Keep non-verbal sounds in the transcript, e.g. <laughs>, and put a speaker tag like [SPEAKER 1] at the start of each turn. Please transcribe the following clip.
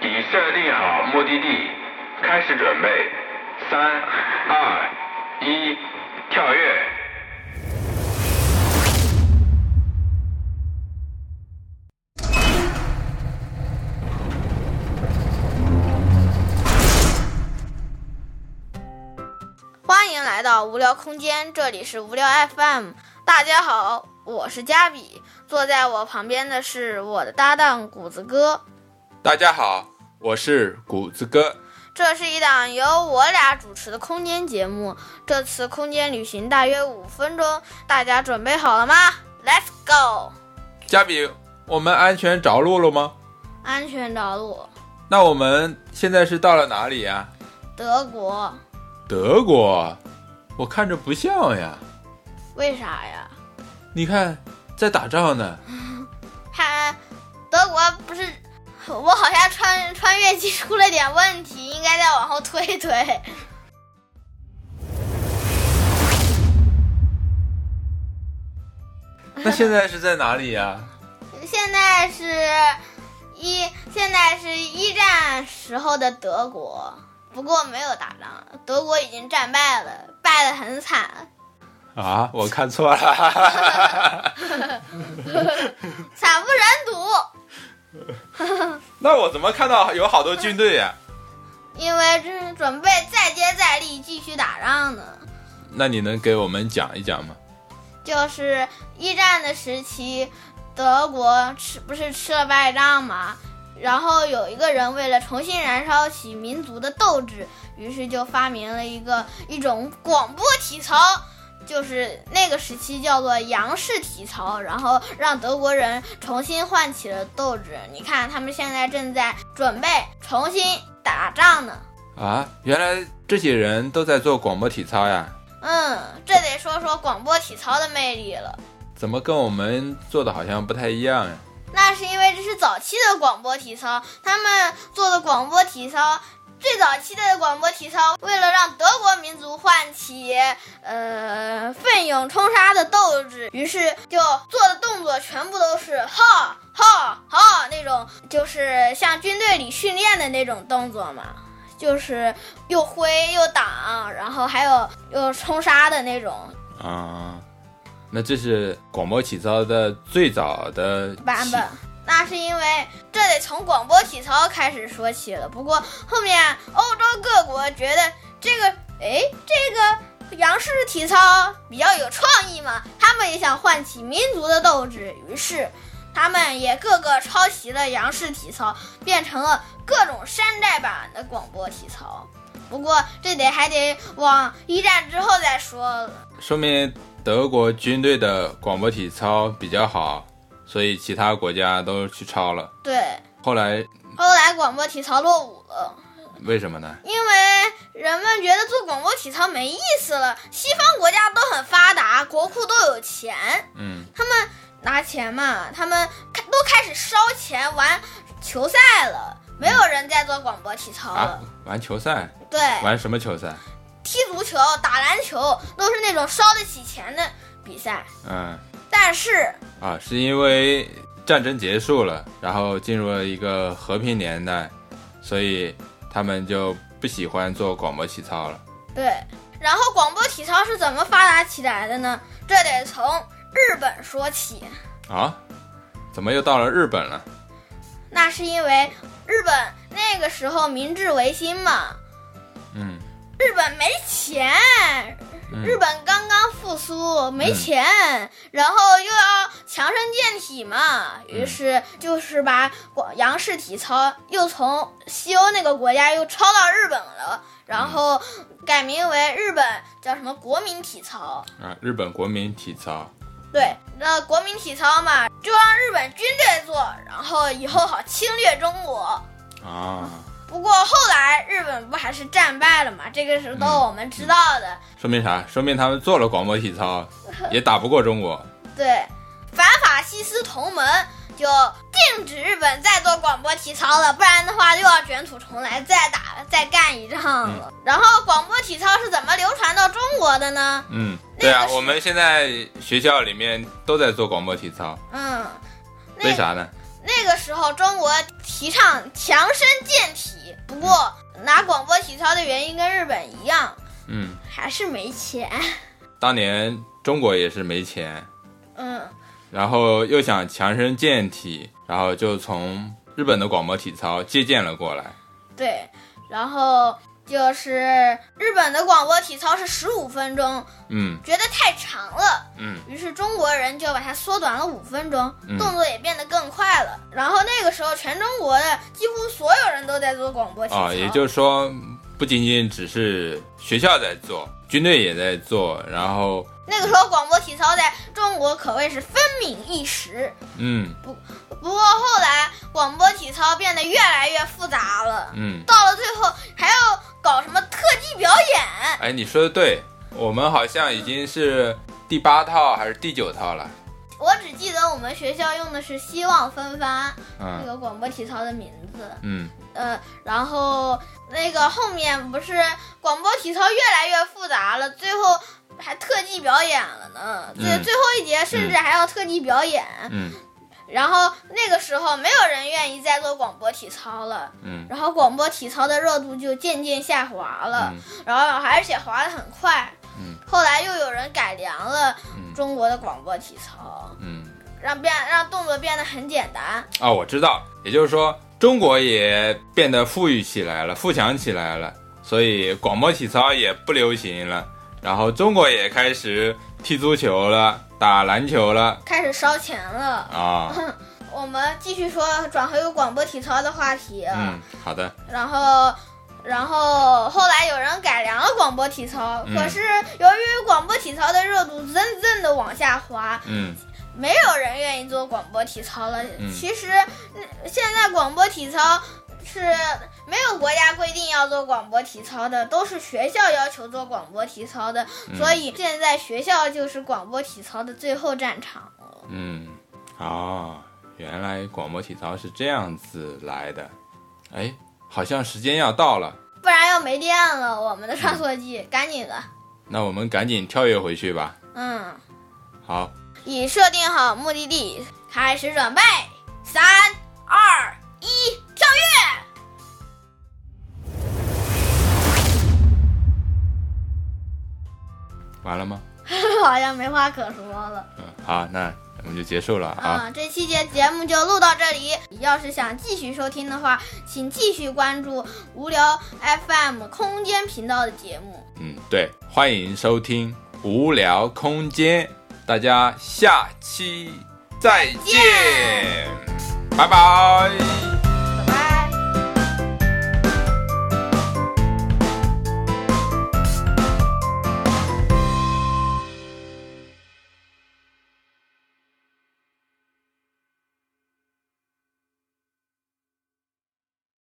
[SPEAKER 1] 已设定好目的地，开始准备，三、二、一，跳跃。
[SPEAKER 2] 欢迎来到无聊空间，这里是无聊 FM。大家好，我是加比，坐在我旁边的是我的搭档谷子哥。
[SPEAKER 3] 大家好，我是谷子哥。
[SPEAKER 2] 这是一档由我俩主持的空间节目，这次空间旅行大约五分钟，大家准备好了吗？Let's go！
[SPEAKER 3] 加比，我们安全着陆了吗？
[SPEAKER 2] 安全着陆，
[SPEAKER 3] 那我们现在是到了哪里呀、
[SPEAKER 2] 德国，
[SPEAKER 3] 德国，我看着不像呀。
[SPEAKER 2] 为啥呀？
[SPEAKER 3] 你看，在打仗 <laughs> 呢。
[SPEAKER 2] 看德国不是，我好像穿穿越机出了点问题，应该再往后推一推。
[SPEAKER 3] 那现在是在哪里呀、
[SPEAKER 2] 现在是一现在是一战时候的德国，不过没有打仗了，德国已经战败了，败得很惨，
[SPEAKER 3] 啊？我看错了。 <laughs>
[SPEAKER 2] 惨不忍睹。
[SPEAKER 3] 那我怎么看到有好多军队呀、
[SPEAKER 2] 因为这是准备再接再厉，继续打仗呢。
[SPEAKER 3] 那你能给我们讲一讲吗？
[SPEAKER 2] 就是一战的时期，德国吃不是吃了败仗嘛，然后有一个人为了重新燃烧起民族的斗志，于是就发明了一个一种广播体操，就是那个时期叫做杨式体操，然后让德国人重新唤起了斗志。你看，他们现在正在准备重新打仗呢。
[SPEAKER 3] 啊，原来这些人都在做广播体操呀？
[SPEAKER 2] 嗯，这得说说广播体操的魅力了。
[SPEAKER 3] 怎么跟我们做的好像不太一样呀？
[SPEAKER 2] 那是因为这是早期的广播体操，他们做的广播体操，最早期的广播体操，为了让德国民族唤起呃奋勇冲杀的斗志，于是就做的动作全部都是哈哈哈那种，就是像军队里训练的那种动作嘛。就是又挥又挡，然后还有又冲杀的那种，
[SPEAKER 3] 啊，那这是广播体操的最早的
[SPEAKER 2] 版
[SPEAKER 3] 起
[SPEAKER 2] 本。那是因为这得从广播体操开始说起了。不过后面欧洲各国觉得这个，哎，这个杨氏体操比较有创意嘛，他们也想唤起民族的斗志，于是他们也各个抄袭了杨氏体操，变成了各种山寨版的广播体操。不过这得还得往一战之后再说了。
[SPEAKER 3] 说明德国军队的广播体操比较好，所以其他国家都去抄了。
[SPEAKER 2] 对，
[SPEAKER 3] 后来
[SPEAKER 2] 后来广播体操落伍了。
[SPEAKER 3] 为什么呢？
[SPEAKER 2] 因为人们觉得做广播体操没意思了。西方国家都很发达，国库都有钱，
[SPEAKER 3] 嗯，
[SPEAKER 2] 拿钱嘛，他们开都开始烧钱玩球赛了，没有人再做广播体操
[SPEAKER 3] 啊
[SPEAKER 2] 了。，
[SPEAKER 3] 玩球赛，
[SPEAKER 2] 对，
[SPEAKER 3] 玩什么球赛？
[SPEAKER 2] 踢足球、打篮球都是那种烧得起钱的比赛，
[SPEAKER 3] 嗯，
[SPEAKER 2] 但是
[SPEAKER 3] 啊，是因为战争结束了，然后进入了一个和平年代，所以他们就不喜欢做广播体操了。
[SPEAKER 2] 对，然后广播体操是怎么发达起来的呢？这得从日本说起。
[SPEAKER 3] 啊，怎么又到了日本了？
[SPEAKER 2] 那是因为日本那个时候明治维新嘛，
[SPEAKER 3] 嗯，
[SPEAKER 2] 日本没钱，
[SPEAKER 3] 嗯
[SPEAKER 2] 日本刚刚复苏，没
[SPEAKER 3] 嗯嗯
[SPEAKER 2] 钱，然后又要强身健体嘛，于是就是把广洋式体操又从西欧那个国家又抄到日本了，然后改名为日本叫什么国民体操。
[SPEAKER 3] 啊，日本国民体操。
[SPEAKER 2] 对，那国民体操嘛，就让日本军队做，然后以后好侵略中国。
[SPEAKER 3] 啊，
[SPEAKER 2] 不过后来日本不还是战败了嘛，这个是都
[SPEAKER 3] 嗯
[SPEAKER 2] 我们知道的。
[SPEAKER 3] 说明啥？说明他们做了广播体操，
[SPEAKER 2] <laughs>
[SPEAKER 3] 也打不过中国。
[SPEAKER 2] 对，反法西斯同盟就禁止日本再做广播体操了，不然的话又要卷土重来，再打再干一仗了。
[SPEAKER 3] 嗯
[SPEAKER 2] 然后广播体操是怎么流传到中国的呢？
[SPEAKER 3] 嗯，对啊
[SPEAKER 2] 那，个是
[SPEAKER 3] 我们现在学校里面都在做广播体操，
[SPEAKER 2] 嗯，那
[SPEAKER 3] 为啥呢？
[SPEAKER 2] 那那个时候中国提倡强身健体，不过拿广播体操的原因跟日本一样，
[SPEAKER 3] 嗯，
[SPEAKER 2] 还是没钱。 <laughs>
[SPEAKER 3] 当年中国也是没钱，
[SPEAKER 2] 嗯，
[SPEAKER 3] 然后又想强身健体，然后就从日本的广播体操借鉴了过来。
[SPEAKER 2] 对。然后就是日本的广播体操是十五分钟，
[SPEAKER 3] 嗯
[SPEAKER 2] 觉得太长了。
[SPEAKER 3] 嗯
[SPEAKER 2] 于是中国人就把它缩短了五分钟
[SPEAKER 3] 嗯，
[SPEAKER 2] 动作也变得更快了。然后那个时候，全中国的几乎所有人都在做广播体操，
[SPEAKER 3] 啊，也就是说，不仅仅只是学校在做，军队也在做，然后
[SPEAKER 2] 那个时候广播体操在中国可谓是风靡一时。
[SPEAKER 3] 嗯
[SPEAKER 2] 不过后来广播体操变得越来越复杂了，
[SPEAKER 3] 嗯，
[SPEAKER 2] 到了最后还要搞什么特技表演，
[SPEAKER 3] 哎，你说的对，我们好像已经是第八套还是第九套了，
[SPEAKER 2] 我只记得我们学校用的是“希望分发”那
[SPEAKER 3] 嗯
[SPEAKER 2] 个广播体操的名字。
[SPEAKER 3] 嗯
[SPEAKER 2] 呃，然后那个后面不是广播体操越来越复杂了，最后还特技表演了呢。最、
[SPEAKER 3] 嗯
[SPEAKER 2] 最后一节甚至还要特技表演，
[SPEAKER 3] 嗯
[SPEAKER 2] 然后那个时候没有人愿意再做广播体操了。
[SPEAKER 3] 嗯
[SPEAKER 2] 然后广播体操的热度就渐渐下滑了，
[SPEAKER 3] 嗯
[SPEAKER 2] 然后而且滑得很快。
[SPEAKER 3] 嗯
[SPEAKER 2] 后来又有人改良了
[SPEAKER 3] 嗯
[SPEAKER 2] 中国的广播体操，
[SPEAKER 3] 嗯，
[SPEAKER 2] 让变让动作变得很简单。
[SPEAKER 3] 啊，我知道，也就是说，中国也变得富裕起来了，富强起来了，所以广播体操也不流行了，然后中国也开始踢足球了，打篮球了
[SPEAKER 2] 开始烧钱了，
[SPEAKER 3] 啊，
[SPEAKER 2] 我们继续说转回广播体操的话题，啊
[SPEAKER 3] 嗯，好的，
[SPEAKER 2] 然后，然后后来有人改良了广播体操，
[SPEAKER 3] 嗯
[SPEAKER 2] 可是由于广播体操的热度真正的往下滑，
[SPEAKER 3] 嗯
[SPEAKER 2] 没有人愿意做广播体操了。
[SPEAKER 3] 嗯
[SPEAKER 2] 其实嗯现在广播体操是没有国家规定要做广播体操的，都是学校要求做广播体操的，
[SPEAKER 3] 嗯
[SPEAKER 2] 所以现在学校就是广播体操的最后战场了。
[SPEAKER 3] 嗯，哦，原来广播体操是这样子来的，哎，好像时间要到了，
[SPEAKER 2] 不然要没电了，我们的
[SPEAKER 3] 嗯
[SPEAKER 2] 穿梭机，赶紧的。
[SPEAKER 3] 那我们赶紧跳跃回去吧。
[SPEAKER 2] 嗯，
[SPEAKER 3] 好，
[SPEAKER 2] 已设定好目的地，开始准备，三、二、一，跳跃！
[SPEAKER 3] 完了吗？
[SPEAKER 2] <laughs> 好像没话可说了。
[SPEAKER 3] 嗯，好，那我们就结束了啊。
[SPEAKER 2] 嗯，这期节节目就录到这里。要是想继续收听的话，请继续关注无聊 FM 空间频道的节目。
[SPEAKER 3] 嗯，对，欢迎收听《无聊空间》，大家下期再见，拜拜。